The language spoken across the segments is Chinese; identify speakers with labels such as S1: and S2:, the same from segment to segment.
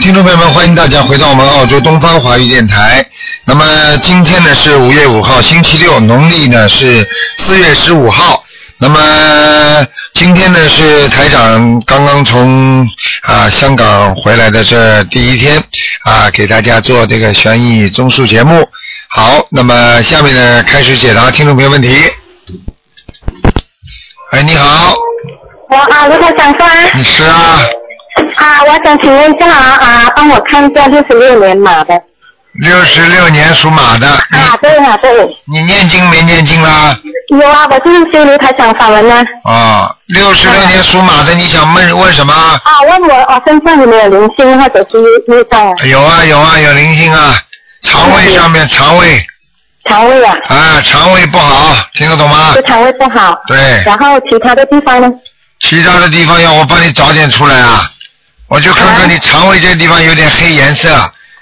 S1: 听众朋友们，欢迎大家回到我们澳洲东方华语电台。那么今天呢是五月五号，星期六，农历呢是四月十五号。那么今天呢是台长刚刚从啊香港回来的这第一天啊，给大家做这个悬疑综述节目。好，那么下面呢开始解答听众朋友问题。哎，你好，
S2: 我啊，卢台长说啊，
S1: 你是啊？
S2: 啊，我想请问一下啊，啊帮我看一下六十六年马的
S1: 嗯六十六年属马的，嗯
S2: 啊，对啊对，
S1: 你你念经没念经啦？
S2: 有啊，我就是修卢台长法门呢。
S1: 啊，六十六年属马的，你想问问什么？
S2: 啊，问我我身上有没有灵性或者是业障啊，
S1: 有啊有啊，有灵性啊，肠胃上面肠胃
S2: 肠胃啊，
S1: 啊，肠胃不好，听得懂吗
S2: 就？肠胃不好，
S1: 对，
S2: 然后其他的地方呢？
S1: 其他的地方要我帮你找点出来啊，我就看看你肠胃这个地方有点黑颜色，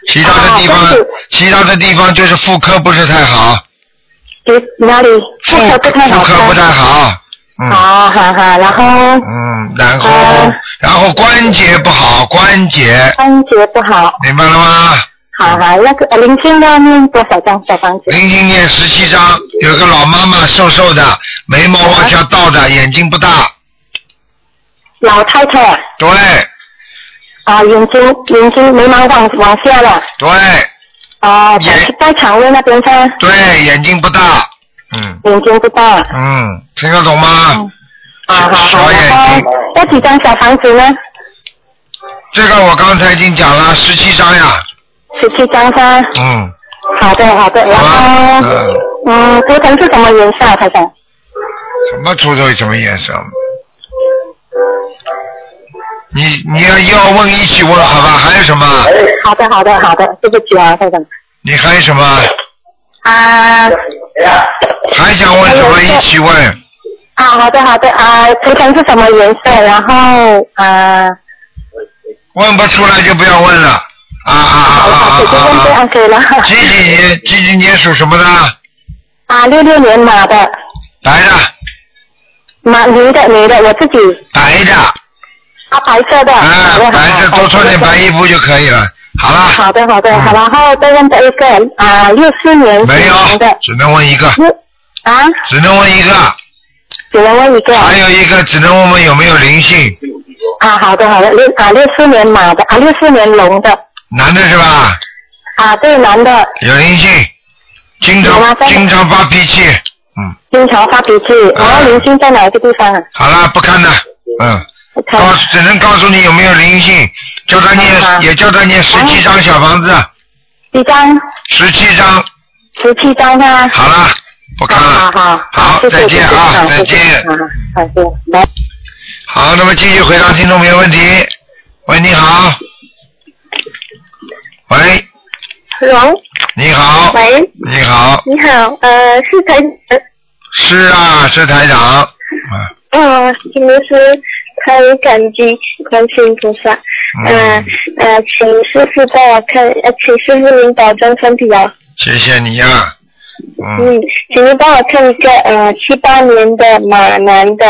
S1: 其他的地
S2: 啊
S1: 方
S2: 但是
S1: 其他的地方就是妇科不是太好，
S2: 就哪里妇
S1: 妇
S2: 科不太好
S1: 妇科不太
S2: 看？
S1: 好，嗯。
S2: 啊，哈哈，然后
S1: 嗯，然后、
S2: 哦
S1: 然后关节不好，关节
S2: 关节不好，
S1: 明白了吗？
S2: 好好，那个呃灵性要念多少张小房子？
S1: 林星念十七章，有个老妈妈瘦瘦的，眉毛往下倒的，眼睛不大，
S2: 老太太啊
S1: 对
S2: 啊，眼睛眼睛眉毛往往下了。
S1: 对
S2: 哦，
S1: 眼
S2: 在在肠胃那边噻，
S1: 对，眼睛不大，嗯
S2: 眼睛不大。
S1: 嗯，听得懂吗
S2: 嗯？啊，好
S1: 小
S2: 好，
S1: 眼
S2: 然
S1: 睛
S2: 后要几张小房子呢？
S1: 这个我刚才已经讲了十七章呀，
S2: 十七张噻。
S1: 嗯，
S2: 好的，好的。然
S1: 好吧，
S2: 后，
S1: 嗯，
S2: 嗯，图腾是什么颜色啊，台长？
S1: 什么猪头什么颜色？你你要要问一起问好吧？还有什么？
S2: 好的，好的，好的，对不起啊，台长。
S1: 你还有什么？
S2: 啊
S1: 还想问什么？一起问。
S2: 啊，好的，好的啊，图腾是什么颜色？然后啊，
S1: 问不出来就不要问了。啊啊啊
S2: 好了，
S1: 啊
S2: 好，就问这
S1: 啊啊！
S2: 样可以了。
S1: 几几年？几几年属什么的？
S2: 啊，六六年马的，
S1: 白的，
S2: 马女的女的，我自己
S1: 白的，
S2: 啊，白色的。
S1: 啊
S2: 好，的
S1: 白的，
S2: 好
S1: 多穿点
S2: 好
S1: 白衣服就可以了。好了，
S2: 好的，好的，好，然后再问这一个啊，六四年
S1: 啊没
S2: 属
S1: 有
S2: 龙的，，
S1: 只能问一个，
S2: 六啊，
S1: 只能问一个，
S2: 只能问一个
S1: 还有一个只能问问有没有灵性，
S2: 啊，好的，好的，六啊，六四年马的啊，六四年龙的
S1: 男的是吧？
S2: 啊，对，男的
S1: 有灵性，经
S2: 有啊
S1: 常
S2: 在
S1: 经常发脾气，嗯，
S2: 经常发脾气，
S1: 啊
S2: 然后灵性在哪个地方啊？
S1: 好了，不看了，嗯。
S2: 不看
S1: 告只能告诉你有没有灵性，叫他
S2: 好
S1: 念，
S2: 的
S1: 也叫他念十七张小房子，
S2: 几张？
S1: 十七张，
S2: 十七张啊。
S1: 好了，不看
S2: 好
S1: 了。
S2: 好
S1: 好
S2: 谢谢
S1: 再见啊
S2: 谢谢
S1: 再见
S2: 谢谢啊，再见，拜。
S1: 好，那么继续回答听众朋友问题。喂，你好。喂，
S3: 龙，
S1: 你好，
S3: 喂，
S1: 你好，
S3: 你好，呃，是台，呃
S1: 是啊，是台长。啊，
S3: 呃，真的是太感激观世音菩萨，呃
S1: 嗯，
S3: 呃，请师傅帮我看，呃，请师傅您保重身体哦，
S1: 谢谢你呀、嗯，
S3: 嗯，请您帮我看一个呃七八年的马男的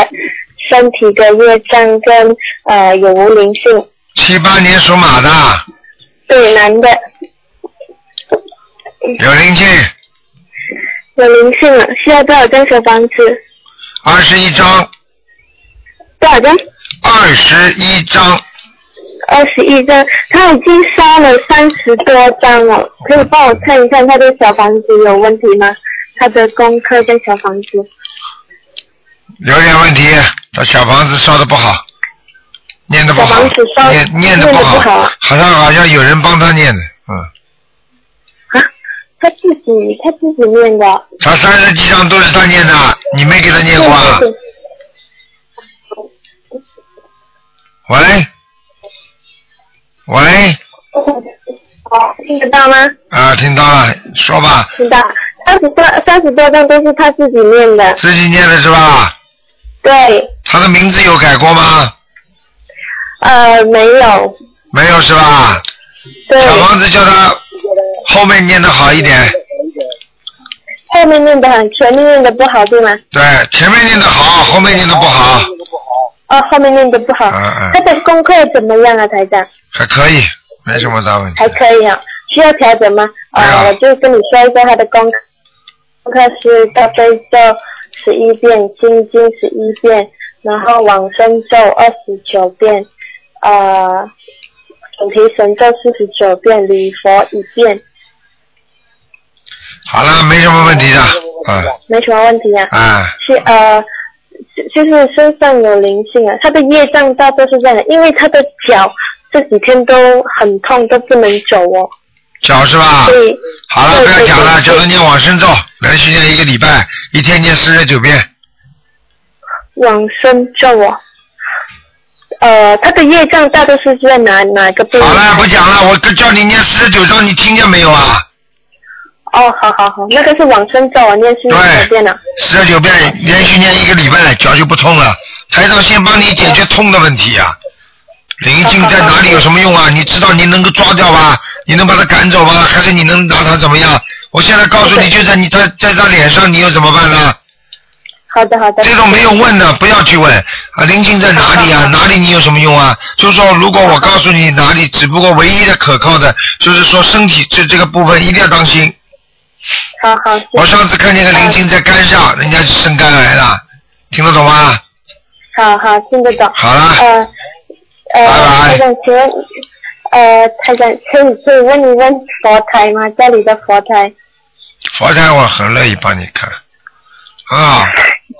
S3: 身体的业障跟呃有无灵性，
S1: 七八年属马的，
S3: 对，男的
S1: 有灵性，
S3: 有灵性了，需要多少张小房子？
S1: 二十一张，
S3: 多少张？
S1: 二十一张，
S3: 二十一张，他已经烧了三十多张了，可以帮我看一下他的小房子有问题吗？他的功课跟小房子，
S1: 有点问题，他小房子烧的不好，念的不
S3: 小
S1: 好
S3: 房子，烧
S1: 念念的不
S3: 念得不
S1: 好
S3: 好，
S1: 好像好像有人帮他念的，嗯，
S3: 啊，他自己他自己念的，
S1: 他三十几张都是他念的，你没给他念过啊
S3: 他？自己
S1: 喂，喂，
S3: 哦，听得到吗？
S1: 啊，听到了，说吧，
S3: 听到，三十多三十多张都是他自己念的，
S1: 自己念的是吧？
S3: 对，
S1: 他的名字有改过吗？
S3: 呃，没有，
S1: 没有是吧？
S3: 对，
S1: 小房子叫他后面念的好一点，
S3: 后面念的很，前面念的不好对吗？
S1: 对，前面念的好，后面念的不好，
S3: 哦，后面念的不好，
S1: 嗯嗯
S3: 他的功课怎么样啊，台长？
S1: 还可以，没什么大问题
S3: 还。可以啊，需要调整吗？
S1: 没有
S3: 呃，我就跟你说一下他的功课，功课是大悲咒十一遍，心经十一遍，然后往生咒二十九遍，呃，准提神咒四十九遍，礼佛一遍，
S1: 好了，没什么问题的，啊
S3: 没什么问题啊。
S1: 啊，
S3: 是呃，就就是身上有灵性啊，他的业障大多是这样的，因为他的脚这几天都很痛，都不能走哦，
S1: 脚是吧？
S3: 所以
S1: 好了，
S3: 对
S1: 不要讲了，
S3: 对对
S1: 就是念往生咒，连续念一个礼拜，一天念四十九遍，
S3: 往生咒哦。呃，他的业障大多是在哪哪个部位？
S1: 好了，不讲了，我叫你念四十九章，你听见没有啊？
S3: 哦，好好好，那个是往生咒啊，念是哪遍呢？
S1: 四十九遍连续念一个礼拜，脚就不痛了。台上先帮你解决痛的问题啊。灵性在哪里有什么用啊？你知道你能够抓掉吧？你能把它赶走吧？还是你能拿它怎么样？我现在告诉你，就在你在在他脸上，你又怎么办呢？
S3: 好的好的，
S1: 这种没有问的，不要去问啊，灵性在哪里啊？哪里你有什么用啊？就是说，如果我告诉你哪里，只不过唯一的可靠的就是说身体这这个部分一定要当心。
S3: 好好，谢谢
S1: 我上次看见个灵性在肝上，人家就生肝癌了，听得懂吗？
S3: 好好听得懂。
S1: 好了，
S3: 呃呃，
S1: 拜拜
S3: 台长，请问，呃，台长可以可以问一问佛台吗？家里的佛台，
S1: 佛台我很乐意帮你看，啊，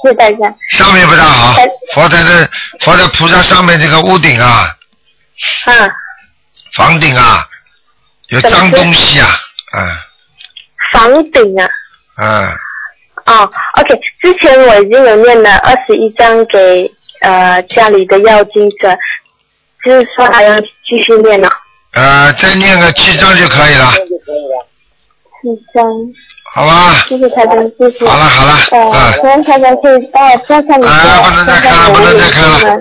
S3: 谢谢大家。
S1: 上面不大好，佛台的佛台菩萨上面这个屋顶啊、
S3: 啊，
S1: 房顶啊，有脏东西啊，啊
S3: 房顶啊，
S1: 啊，
S3: 哦，OK，之前我已经有念了二十一章给呃家里的要经者，就是说还要继续念了。
S1: 呃，再念个七章就可以了，
S3: 一章，
S1: 好吧？
S3: 谢谢台长，谢谢。
S1: 好了好了，啊
S3: 呃，，请问台长可以帮我看看你的？
S1: 啊不能再看了不能再看了
S3: 看了，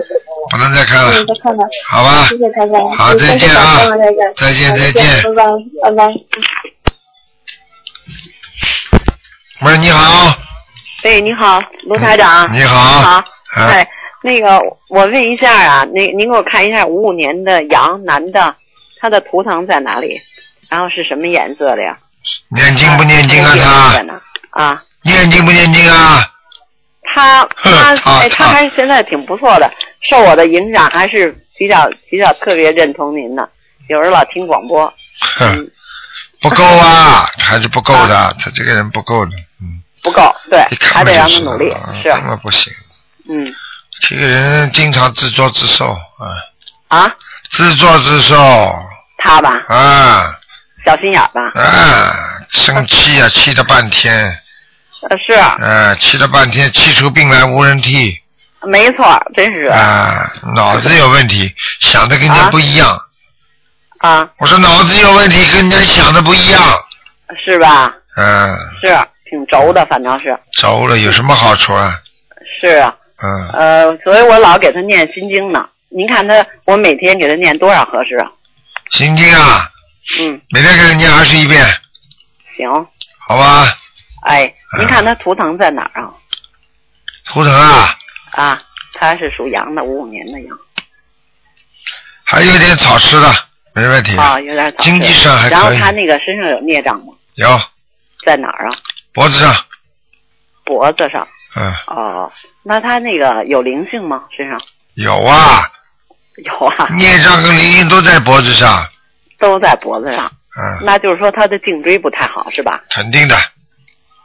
S1: 不能再看了
S3: 不能，再看了。
S1: 好吧
S3: 谢？谢台长。
S1: 啊好再见啊
S3: 谢谢台长台长
S1: 再见
S3: 好
S1: 再见
S3: 拜拜，拜拜。
S1: 喂，你好，
S4: 哎，你好，卢台长。
S1: 嗯你好，
S4: 好。
S1: 啊，
S4: 哎，那个，我问一下啊，那您给我看一下五五年的羊男的，他的图腾在哪里？然后是什么颜色的呀？
S1: 念经不念经啊
S2: 哎
S4: 他的颜色在
S1: 他？
S4: 哪啊，
S1: 念经不念经啊？
S4: 他他
S1: 哼他
S4: 哎，他
S1: 他
S4: 还是现在挺不错的，受我的影响还是比较比较特别认同您的。有时候老听广播，
S1: 哼，
S4: 嗯，
S1: 不够啊，还是不够的，他这个人不够的，嗯，
S4: 不够，对
S1: 一，
S4: 还
S1: 看
S4: 得
S1: 嘛
S4: 让
S1: 就
S4: 他
S1: 知道
S4: 努力
S1: 啊，
S4: 是，
S1: 根本不行。
S4: 嗯，
S1: 这个人经常自作自受啊，
S4: 啊，
S1: 自作自受
S4: 他吧，
S1: 啊
S4: 小心眼儿吧，
S1: 啊，生气啊，气了半天，
S4: 呃，是，
S1: 啊，气了半天，气出病来无人替
S4: 没错，真是
S1: 啊，脑子有问题，想的跟人家
S4: 啊
S1: 不一样。
S4: 啊，
S1: 我说脑子有问题，跟人家想的不一样，
S4: 是吧？
S1: 嗯、
S4: 是挺轴的，反正是
S1: 走了有什么好处啊？
S4: 是啊，
S1: 嗯、
S4: 呃，所以我老给他念心经呢。您看他，我每天给他念多少合适啊？
S1: 心经啊，
S4: 嗯，
S1: 每天给人家二十一遍，
S4: 行，
S1: 好吧？
S4: 哎，
S1: 嗯
S4: 您看他图腾在哪儿啊？
S1: 图腾啊，
S4: 啊，他是属羊的，五五年的羊
S1: 还有点草吃的，没问题。
S4: 啊，有点早
S1: 哎经济上还可以
S4: 然后他那个身上有孽障吗？
S1: 有
S4: 在哪儿啊？
S1: 脖子上，
S4: 脖子上。
S1: 嗯，
S4: 哦，那他那个有灵性吗？身上
S1: 有啊，
S4: 有啊，
S1: 孽障跟灵性都在脖子上，
S4: 都在脖子上。
S1: 嗯，
S4: 那就是说他的颈椎不太好，是吧？
S1: 肯定的。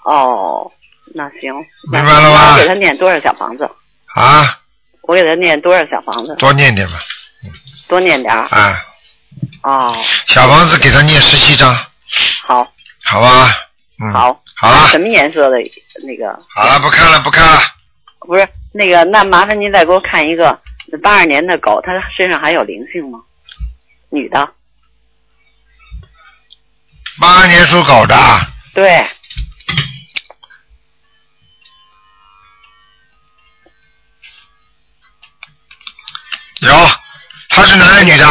S4: 哦，那行，那
S1: 明白了吧
S4: 我给他念多少小房子？
S1: 啊，
S4: 我给他念多少小房子？
S1: 多念点吧，
S4: 多念点儿
S1: 啊，
S4: 哦，
S1: 小房子给他念十七章，
S4: 好，
S1: 好吧？嗯，
S4: 好，
S1: 好了
S4: 什么颜色的那个？
S1: 好了，不看了，不看了，
S4: 不是那个，那麻烦您再给我看一个八二年的狗，它身上还有灵性吗？女的，
S1: 八二年属狗的，啊
S4: 对，
S1: 有，他是男的女的？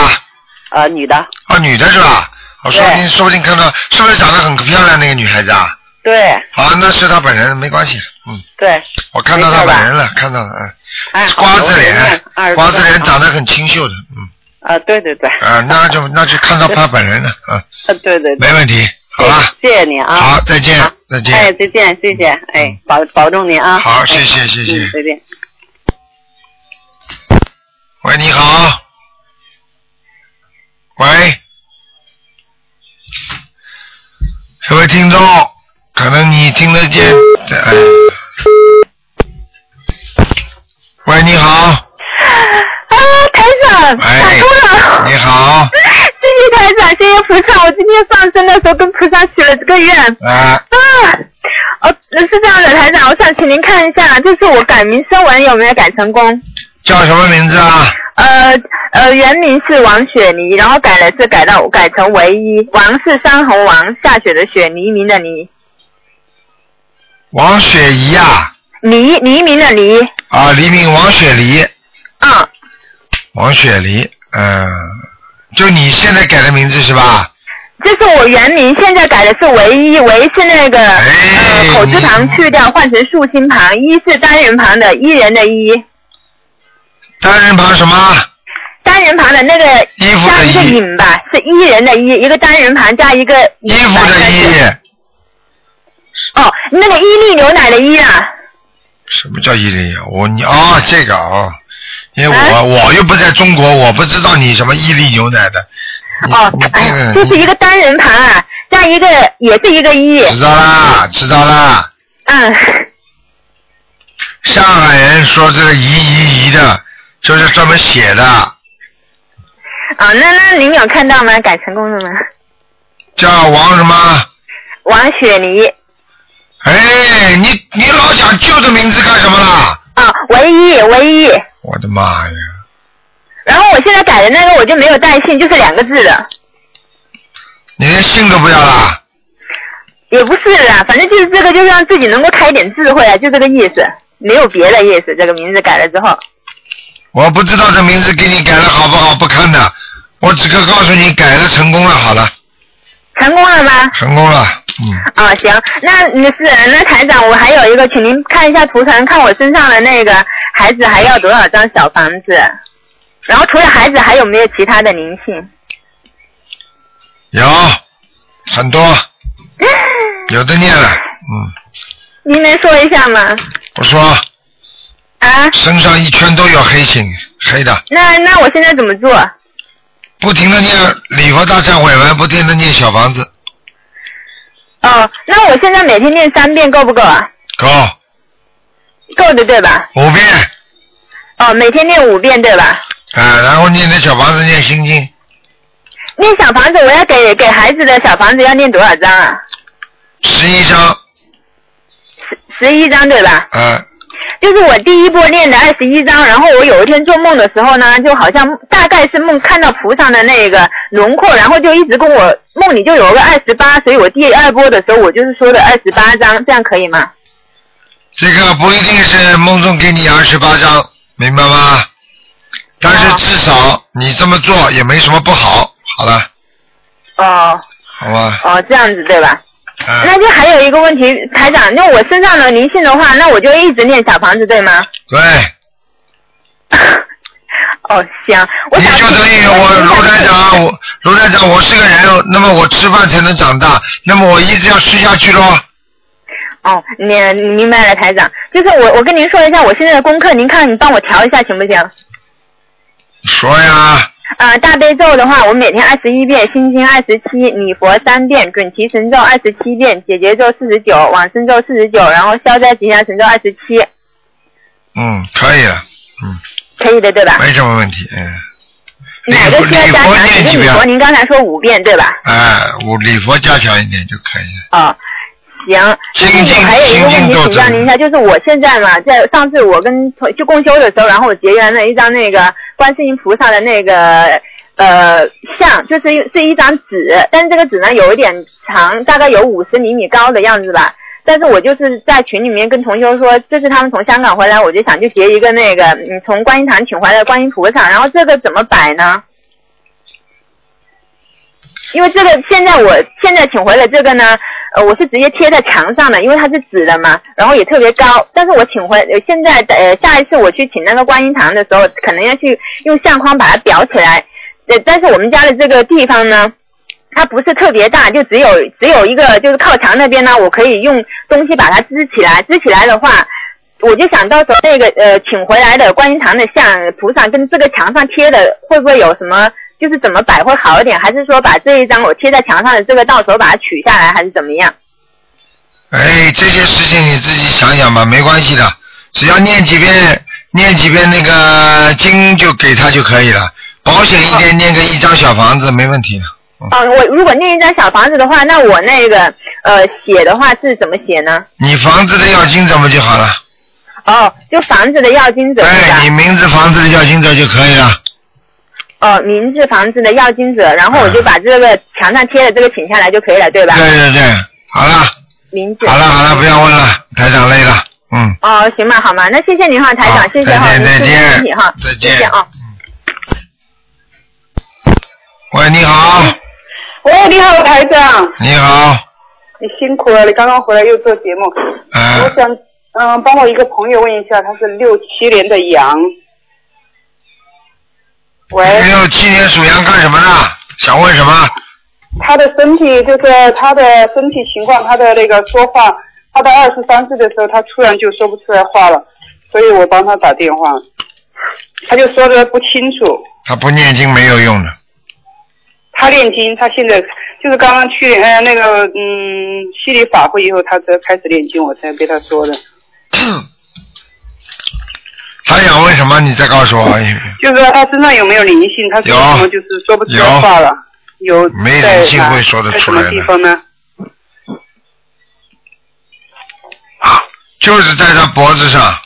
S4: 呃，女的，
S1: 啊，女的是吧？我说不
S4: 对
S1: 定，说不定看到，是不是长得很漂亮那个女孩子啊？
S4: 对
S1: 啊，那是她本人，没关系，嗯，
S4: 对，
S1: 我看到
S4: 没
S1: 她
S4: 事吧
S1: 本人了，看到了，嗯。
S4: 哎，好
S1: 瓜子
S4: 我给您念
S1: 脸
S4: 二，十
S1: 瓜子脸
S4: 多
S1: 长
S4: 张
S1: 得很清秀的，嗯，
S5: 啊，对对对，
S1: 啊、那就那就看到他本人了，啊，
S5: 呃，对对对，
S1: 没问题，好
S4: 哎
S1: 吧，
S5: 谢谢你啊，
S1: 好，再见
S5: 好，
S1: 再见。嗯
S5: 哎，再见，谢谢，哎，保保重你啊，
S1: 好
S5: 哎
S1: 谢谢谢谢
S5: 嗯再见。
S1: 喂，你好。喂，这位听众，可能你听得见。哎、喂，你好。
S4: 啊，台长，打
S1: 哎
S4: 通了！，
S1: 你好。
S4: 谢谢台长，谢谢菩萨。我今天上身的时候跟菩萨许了这个愿
S1: 啊，
S4: 啊。哦，是这样的，台长，我想请您看一下，就是我改名声纹有没有改成功？
S1: 叫什么名字啊？
S4: 呃呃，原名是王雪妮，然后改了是改到改成唯一，王是山红王，下雪的雪，黎明的黎，
S1: 王雪怡啊，
S4: 黎黎明的黎，
S1: 啊，黎明王雪梨，
S4: 嗯，
S1: 王雪梨，嗯、就你现在改的名字是吧？
S4: 这是我原名，现在改的是唯一，唯是那个、
S1: 哎
S4: 呃口字旁去掉，换成竖心旁，一是单人旁的一人的一，
S1: 单人旁什么？
S4: 单人旁的那个
S1: 衣服的
S4: 加一个
S1: 衣
S4: 引吧，是一人的一，一个单人旁加一个
S1: 衣
S4: 引吧
S1: 服的
S4: 应该是
S1: 衣。
S4: 哦，那个伊利牛奶的伊啊，
S1: 什么叫一零一？我你啊、这个啊、因为我、
S4: 啊
S1: 我又不在中国，我不知道你什么伊利牛奶的。你
S4: 哦
S1: 你，这
S4: 哎
S1: 嗯个
S4: 就是一个单人旁啊，加一个也是一个一，
S1: 知道啦，知道啦。
S4: 嗯，
S1: 上海人说这个“移移移”的，就是专门写的，
S4: 啊，那那您有看到吗？改成功了吗？
S1: 叫王什么？
S4: 王雪妮，
S1: 哎，你你老讲旧的名字干什么啦？
S4: 啊，唯一唯一。
S1: 我的妈呀！
S4: 然后我现在改的那个我就没有带姓，就是两个字的，
S1: 你连姓都不要啦？
S4: 也不是啦，反正就是这个，就让自己能够开一点智慧啊，就这个意思，没有别的意思。这个名字改了之后，
S1: 我不知道这名字给你改了好不好，不看的。我只可告诉你，改了成功了，好了，
S4: 成功了吗？
S1: 成功了，嗯。
S4: 啊，行，那那是那台长，我还有一个，请您看一下图腾，看我身上的那个孩子还要多少张小房子，然后除了孩子还有没有其他的灵性？
S1: 有很多，有的念了，嗯，
S4: 您能说一下吗？
S1: 我说
S4: 啊，
S1: 身上一圈都有黑影，黑的，
S4: 那那我现在怎么做？
S1: 不停的念礼佛大忏悔文，不停的念小房子，
S4: 哦，那我现在每天念三遍够不够啊？
S1: 够
S4: 够的对吧？
S1: 五遍，
S4: 哦，每天念五遍对吧？
S1: 啊，然后念那小房子念心经，
S4: 念小房子，我要给给孩子的小房子要念多少张啊？
S1: 十一章，
S4: 十一张对吧？
S1: 啊，
S4: 就是我第一波念的二十一张，然后我有一天做梦的时候呢，就好像大概是梦看到菩萨的那个轮廓，然后就一直跟我梦里就有个二十八，所以我第二波的时候我就是说的二十八张，这样可以吗？
S1: 这个不一定是梦中给你二十八章，明白吗？但是
S4: 哦
S1: 至少你这么做也没什么不好，好了，
S4: 哦
S1: 好吧，
S4: 哦，这样子对吧？
S1: 啊，
S4: 那就还有一个问题，台长，那我身上的灵性的话，那我就一直念小房子对吗？
S1: 对。
S4: 哦，行，我
S1: 你
S4: 想
S1: 就等于我卢台长，我卢台长，我是个人，那么我吃饭才能长大，那么我一直要吃下去喽。
S4: 哦，你你明白了，台长，就是我我跟您说一下我现在的功课，您看你帮我调一下行不行？
S1: 说呀，
S4: 呃，大悲咒的话，我每天二十一遍，心经二十七，礼佛三遍，准提神咒二十七遍，解结咒四十九，往生咒四十九，然后消灾吉祥神咒二十七，
S1: 嗯，可以了，嗯，
S4: 可以的对吧？
S1: 没什么问题，嗯，礼
S4: 啊哪个需要加
S1: 哎礼佛
S4: 强？
S1: 念
S4: 哪
S1: 几
S4: 个礼
S1: 遍
S4: 佛您刚才说五遍对吧？
S1: 哎，我礼佛加强一点就可以了。
S4: 哦，行，就
S1: 心
S4: 是
S1: 经
S4: 有还有一
S1: 心
S4: 个问
S1: 经
S4: 题
S1: 斗
S4: 请教
S1: 争
S4: 您一下，就是我现在嘛，在上次我跟同去共修的时候，然后我结缘了一张那个观世音菩萨的那个呃像，就是一是一张纸，但是这个纸呢有一点长，大概有五十厘米高的样子吧。但是我就是在群里面跟同修说，这是他们从香港回来，我就想去结一个那个，嗯，从观音堂请回来的观音菩萨，然后这个怎么摆呢？因为这个现在我现在请回来这个呢，呃，我是直接贴在墙上的，因为它是纸的嘛，然后也特别高。但是我请回呃现在的呃下一次我去请那个观音堂的时候，可能要去用相框把它裱起来。呃，但是我们家的这个地方呢，它不是特别大，就只有只有一个，就是靠墙那边呢，我可以用东西把它支起来。支起来的话，我就想到时候那个呃，请回来的观音堂的像呃菩萨跟这个墙上贴的，会不会有什么？就是怎么摆会好一点？还是说把这一张我贴在墙上的这个，到时候把它取下来，还是怎么样？
S1: 哎，这些事情你自己想想吧，没关系的，只要念几遍，念几遍那个经就给他就可以了。保险一点，念个一张小房子没问题的。嗯
S4: 啊，我如果念一张小房子的话，那我那个呃写的话是怎么写呢？
S1: 你房子的要经怎么就好了？
S4: 哦，就房子的要经者是
S1: 哎，你
S4: 吧？
S1: 名字房子的要经者就可以了。
S4: 哦，名字房子的要经者，然后我就把这个墙上贴的这个请下来就可以了，对吧
S1: 嗯对？对对，好了，
S4: 名字。
S1: 好了好了，不要问了，台长累了，嗯。
S4: 哦，行吧，好嘛，那谢谢您哈，台
S1: 好
S4: 长，谢谢哈，
S1: 再
S4: 您
S1: 见再
S4: 注意
S1: 见
S4: 身体哈，
S1: 再
S4: 谢
S1: 见
S4: 谢啊。
S1: 喂，你好，
S4: 嗯
S6: 喂，哦你好，台长，
S1: 你好，
S6: 你辛苦了，你刚刚回来又做节目。
S1: 呃
S6: 我，想，嗯，帮我一个朋友问一下，他是六七年的羊。喂，
S1: 六七年属羊干什么的？想问什么？
S6: 他的身体就是他的身体情况，他的那个说话，他到二十三岁的时候，他突然就说不出来话了，所以我帮他打电话，他就说的不清楚。
S1: 他不念经没有用的，
S6: 他念经，他现在就是刚刚去呃那个嗯西里法会以后，他才开始念经，我才跟他说的。
S1: 他想问什么？你再告诉我一遍。
S6: 就是他身上有没有灵性？他说
S1: 有
S6: 什么就是说不出来话了？有
S1: 没
S6: 在
S1: 灵性
S6: 哪
S1: 会说得
S6: 在
S1: 出
S6: 什么
S1: 来
S6: 地
S1: 的
S6: 方呢？
S1: 就是在他脖子上，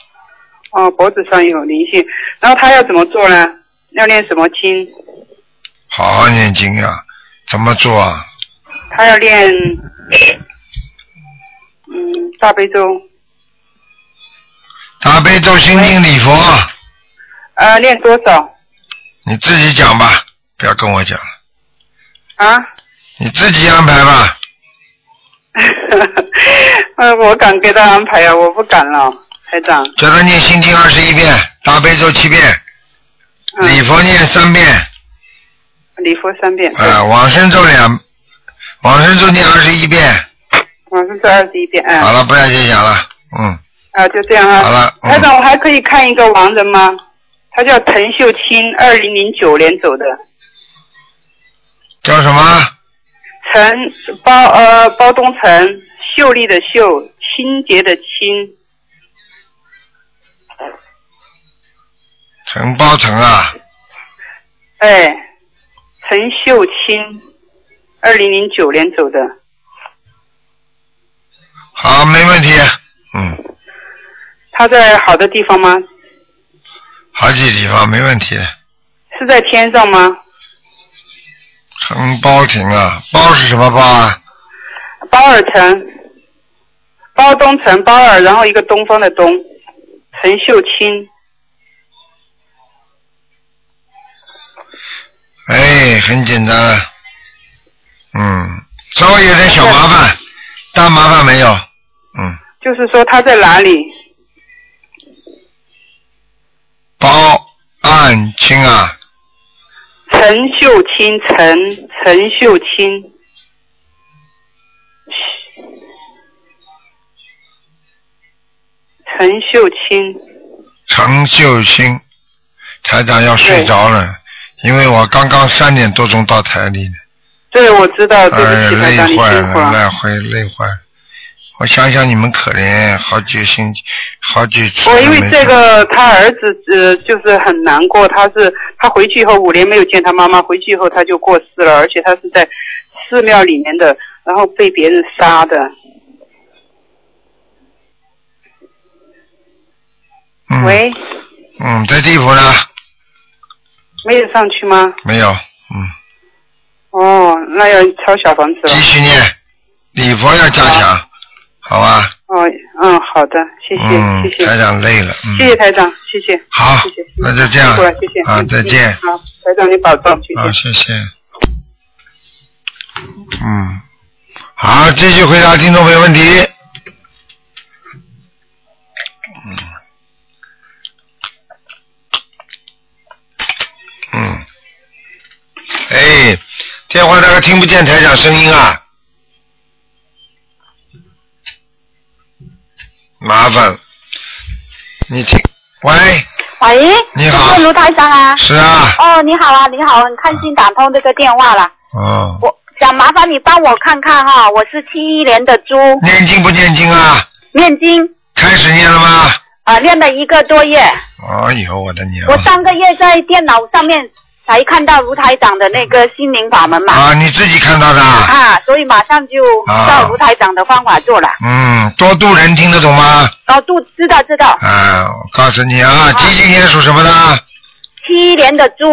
S6: 哦，脖子上有灵性，然后他要怎么做呢？要念什么经？
S1: 好好念经呀、怎么做啊？
S6: 他要念，嗯，大悲咒，
S1: 大悲咒心经礼佛，啊
S6: 呃，念多少
S1: 你自己讲吧，不要跟我讲了，
S6: 啊？
S1: 你自己安排吧。
S6: 呃，我敢给他安排啊，我不敢了，台长。
S1: 叫他念心经二十一遍，大悲咒七遍，
S6: 嗯，
S1: 礼佛念三遍，
S6: 礼佛三遍，对
S1: 啊、往生咒两，往生咒念二十一遍。
S6: 往生咒二十一遍，嗯，
S1: 好
S6: 啊、
S1: 了，不要再讲了，嗯，
S6: 就这样啊。
S1: 好了，
S6: 台
S1: 嗯，
S6: 长，我还可以看一个亡人吗？他叫陈秀清，二零零九年走的。
S1: 叫什么？
S6: 陈包呃包东陈，秀丽的秀，清洁的清，
S1: 陈包成啊，
S6: 哎，陈秀清，二零零九年走的。
S1: 好，没问题，嗯，
S6: 他在好的地方吗？
S1: 好几地方没问题。
S6: 是在天上吗？
S1: 陈包廷啊，包是什么包啊？
S6: 包尔城，包东城，包尔，然后一个东方的东，陈秀清，
S1: 哎，很简单了，嗯，稍微有点小麻烦，大麻烦没有，嗯，
S6: 就是说他在哪里？
S1: 包案清啊，
S6: 陈秀清，陈陈秀清，陈秀清，
S1: 陈秀清，台长要睡着了，因为我刚刚三点多钟到台里，
S6: 对，我知道，哦对
S1: 哎，
S6: 不起，台
S1: 累
S6: 长，你
S1: 坏
S6: 辛苦
S1: 了，
S6: 了。
S1: 累坏，累坏了。我想想你们可怜，好几个星期，好几次
S6: 哦我因为
S1: 没
S6: 这
S1: 见
S6: 个，他儿子呃，就是很难过。他是他回去以后五年没有见他妈妈，回去以后他就过世了，而且他是在寺庙里面的，然后被别人杀的。
S1: 嗯、
S6: 喂，
S1: 嗯，在地府呢，
S6: 没有上去吗？
S1: 没有，嗯，
S6: 哦，那要抄小房子了
S1: 继。续念，礼佛要加强，好吧？
S6: 哦，嗯，好的，谢谢，
S1: 嗯
S6: 谢，谢，
S1: 台长累了，嗯，
S6: 谢谢台长，谢谢，
S1: 好
S6: 谢谢，
S1: 那就这样
S6: 辛苦了，谢谢，
S1: 啊，再见。
S6: 嗯好，台长你保重，谢谢。
S1: 好，啊谢谢。嗯，好，继续回答听众朋友问题。嗯，嗯，电话大概听不见台长声音啊，麻烦了。你听，喂，
S6: 喂，
S1: 你
S6: 这
S1: 好
S6: 是卢台长啊。
S1: 是啊，
S6: 哦，你好啊，你好，你看信打通这个电话了。
S1: 嗯，
S6: 我想麻烦你帮我看看哈，我是七一年的猪，
S1: 念经不念经啊？
S6: 念经
S1: 开始念了吗？
S6: 啊、呃念了一个多月，
S1: 哎呦，我的娘！
S6: 我上个月在电脑上面才看到卢台长的那个心灵法门嘛，
S1: 啊，你自己看到的啊？
S6: 啊，所以马上就照卢台长的方法做了。
S1: 嗯，多度人听得懂吗？
S6: 哦，都知道知道，
S1: 啊，我告诉你啊，几几年属什么的？
S6: 七一年的猪，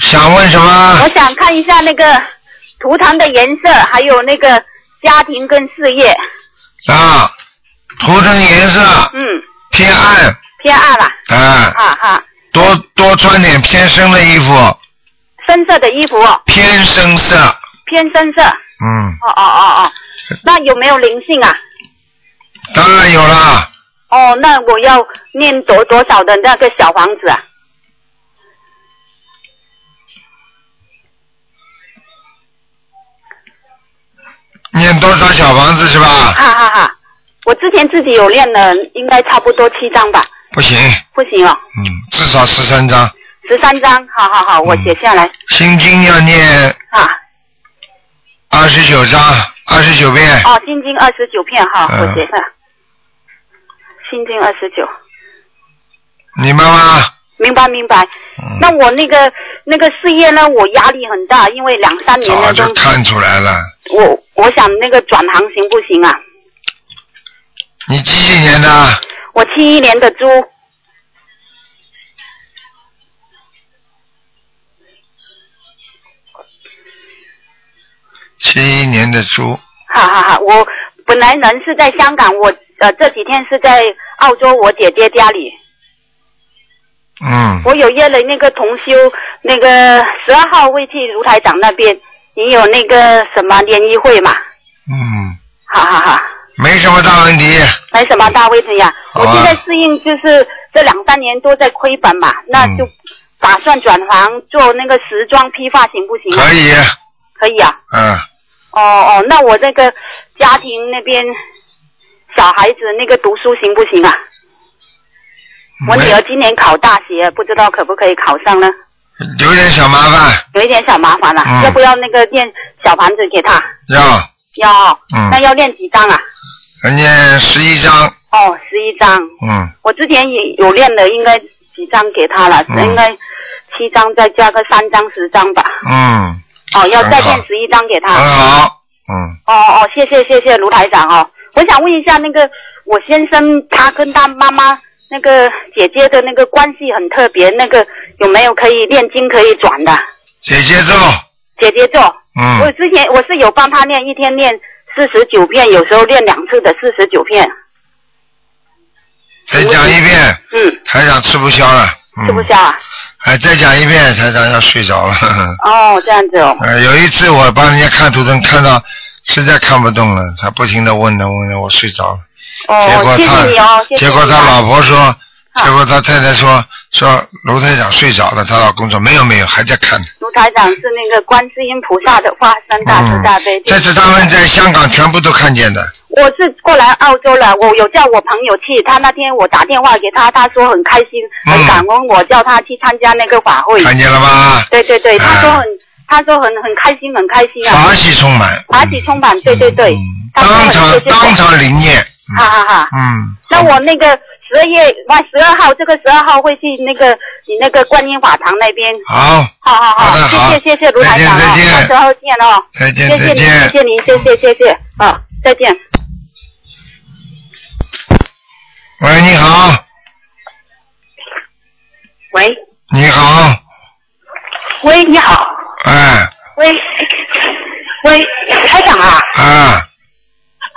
S1: 想问什
S6: 我
S1: 么？
S6: 想看一下那个图腾的颜色，还有那个家庭跟事业，
S1: 啊，图腾颜色
S6: 嗯，
S1: 偏暗，
S6: 偏暗了，
S1: 啊，
S6: 啊哈，
S1: 多多穿点偏深的衣服，
S6: 深色的衣服，
S1: 偏深色，
S6: 偏深色，哦
S1: 嗯，
S6: 哦哦哦，那有没有灵性啊？
S1: 当然有啦，
S6: 哦，那我要念多多少的那个小房子啊？
S1: 念多少小房子是吧？
S6: 哈哈哈，我之前自己有练了，应该差不多七张吧？
S1: 不行，
S6: 不行哦，
S1: 嗯，至少十三张，
S6: 十三张，好好好，我写下来、
S1: 心经要念
S6: 啊。
S1: 二十九章，二十九遍，
S6: 哦，心经二十九片哈，
S1: 嗯
S6: 我写下。心经二十九，
S1: 明白吗？
S6: 明白明白。
S1: 嗯
S6: 那我那个那个事业呢，我压力很大，因为两三年
S1: 早
S6: 了都
S1: 就看出来了，
S6: 我我想那个转行行不行啊？
S1: 你几几年的？
S6: 我七一年的猪，
S1: 七一年的猪，
S6: 哈哈哈！我本来人是在香港，我呃这几天是在澳洲我姐姐家里，
S1: 嗯，
S6: 我有约了那个同修，那个十二号会去卢台长那边，你有那个什么联谊会嘛？
S1: 嗯，
S6: 哈哈哈。
S1: 没什么大问题，
S6: 没什么大问题呀。
S1: 好
S6: 我
S1: 啊
S6: 现在适应就是这两三年都在亏本
S1: 嗯
S6: 嘛，那就打算转行做那个时装批发，行不行啊？
S1: 可以，
S6: 可以啊。
S1: 嗯，
S6: 哦哦，那我这个家庭那边小孩子那个读书行不行啊？我女儿
S1: 没
S6: 今年考大学，不知道可不可以考上呢？
S1: 有点小麻烦，
S6: 有一点小麻烦了，啊
S1: 嗯
S6: 要不要那个念小盘子给她？
S1: 要，
S6: 要哦，
S1: 嗯
S6: 那要念几张啊？
S1: 要念十一章，
S6: 哦，十一张。
S1: 嗯，
S6: 我之前也有练的，应该几张给他了，
S1: 嗯
S6: 应该七张再加个三张十张吧。
S1: 嗯，
S6: 哦，要再
S1: 很
S6: 练
S1: 好
S6: 十一张给他。
S1: 很好，嗯，
S6: 哦哦哦，谢谢谢谢卢台长哦，我想问一下那个我先生他跟他妈妈那个姐姐的那个关系很特别，那个有没有可以念经可以转的
S1: 姐姐咒，
S6: 姐姐咒？我
S1: 嗯，
S6: 之前我是有帮他念，一天念四十九遍，有时候念两次的四十九遍。
S1: 再讲一遍，
S6: 嗯，
S1: 台长吃不消了，嗯
S6: 吃不消，啊？
S1: 哎，再讲一遍，台长要睡着了， 呵呵
S6: 哦，这样子哦。
S1: 呃，有一次我帮人家看图腾，看到实在看不动了，他不停的问呢问呢，我睡着了。结
S6: 哦，
S1: 果
S6: 谢
S1: 他，
S6: 谢你哦，谢谢
S1: 结果
S6: 你
S1: 他
S6: 啊
S1: 老婆说，结果他太太说说卢台长睡着了，她老公说没有没有，还在看呢。
S6: 卢台长是那个观世音菩萨的化身大慈大悲。
S1: 这次他们在香港全部都看见的，
S6: 我是过来澳洲了，我有叫我朋友去，他那天我打电话给他，他说很开心，
S1: 嗯
S6: 很感恩我叫他去参加那个法会。
S1: 看见了吧？
S6: 对对对，
S1: 啊
S6: 他说很，他说很很开心，很开心啊
S1: 法，喜充满，
S6: 法喜充满，对对对
S1: 嗯，
S6: 他说
S1: 当
S6: 很
S1: 场
S6: 谢谢
S1: 当场灵验，
S6: 哈哈哈。
S1: 嗯，
S6: 那我那个十二月哇，十二号这个十二号会去那个你那个观音法堂那边，
S1: 好，
S6: 好好
S1: 好的好
S6: 谢谢谢谢卢台长
S1: 再
S6: 啊，
S1: 见再
S6: 到
S1: 见
S6: 时候见哦。
S1: 再见
S6: 谢谢
S1: 再
S6: 您，
S1: 见
S6: 谢。谢您，谢谢谢谢，啊，再见。
S1: 喂，你好，
S4: 喂
S1: 你好，
S4: 喂，你好，
S1: 哎
S4: 喂喂，台长啊
S1: 啊，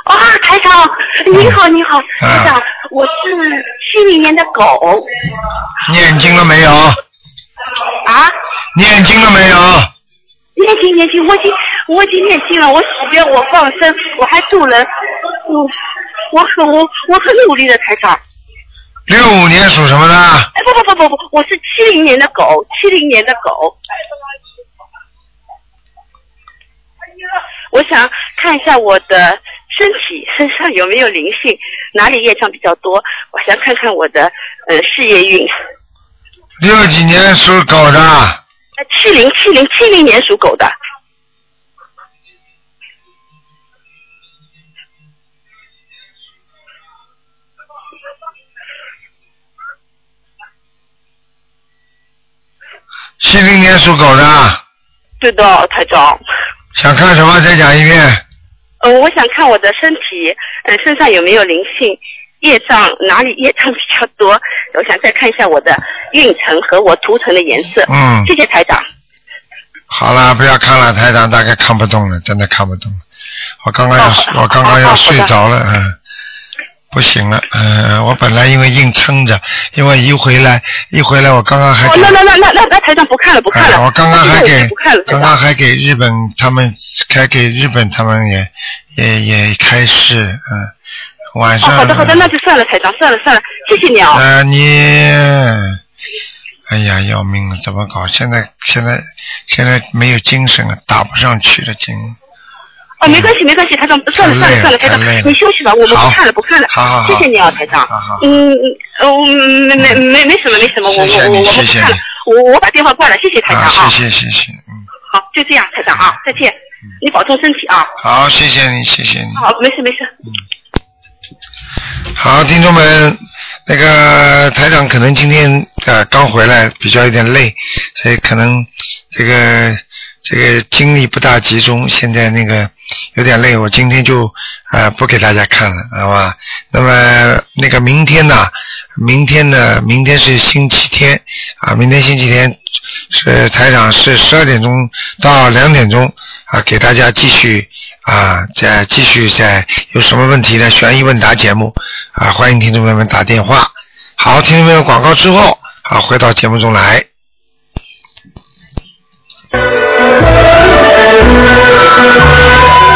S4: 啊，台长，你好你好，台长
S1: 啊，
S4: 我是七零年的狗
S1: 念经了没有？
S4: 啊，
S1: 念经了没有？
S4: 念经念经，我已经我已经念经了，我许愿，我放生，我还渡人，我哦我很我我很努力的，台长。
S1: 六五年属什么的？
S4: 哎，不不不不不，我是七零年的狗，七零年的狗，我想看一下我的身体身上有没有灵性，哪里业障比较多？我想看看我的呃事业运。
S1: 六几年属狗的，
S4: 呃，七零七零七零年属狗的，
S1: 七零年属狗的，
S4: 对的，台长。
S1: 想看什么再讲一遍。
S4: 呃，我想看我的身体，呃，身上有没有灵性，业障哪里业障比较多？我想再看一下我的运程和我图腾的颜色。
S1: 嗯
S4: 谢谢台长。
S1: 好了，不要看了，台长大概看不动了，真的看不动了。我刚刚要、
S4: 哦
S1: 我刚刚要
S4: 哦好
S1: 睡
S4: 的
S1: 着了，嗯，不行了，嗯，我本来因为硬撑着，因为一回来一回来我刚刚还
S4: 哦，
S1: 给
S4: 那那那那那那台长不看了，不看了。
S1: 哎我刚刚还
S4: 现在我
S1: 给
S4: 就不看了，台
S1: 刚
S4: 长
S1: 刚。还给日本他们，还给日本他们也也也开市，嗯，晚
S4: 哦，
S1: 上。
S4: 好的好的，那就算了，台长，算了算了，谢谢你啊、
S1: 呃，你，哎呀，要命了，怎么搞？现在现在现在没有精神了，打不上去了，精。
S4: 哦，没关系没关系，台长，算了算了算了，台
S1: 太累了
S4: 长，你休息吧，我们不
S1: 好
S4: 看了不看了，
S1: 好好好
S4: 谢谢你啊，台长
S1: 好好好。
S4: 嗯嗯嗯，没没没没什么没什么，我
S1: 谢谢
S4: 我
S1: 你
S4: 我我
S1: 谢
S4: 们不
S1: 谢
S4: 看了
S1: 你，
S4: 我我把电话挂了，谢谢台长
S1: 啊，
S4: 啊，
S1: 谢谢谢谢，嗯，
S4: 好，就这样，台长啊，再见，你保重身体啊，
S1: 好，谢谢你，谢谢你。
S4: 好，没事没事。
S1: 好，听众们，那个台长可能今天呃刚回来，比较有点累，所以可能这个这个精力不大集中，现在那个有点累，我今天就呃不给大家看了，好吧？那么那个明天呢？明天呢？明天是星期天啊，明天星期天是呃台长是十二点钟到两点钟啊，给大家继续啊，再继续再有什么问题呢？悬疑问答节目啊，欢迎听众朋友们打电话。好，听众朋友们广告之后啊，回到节目中来。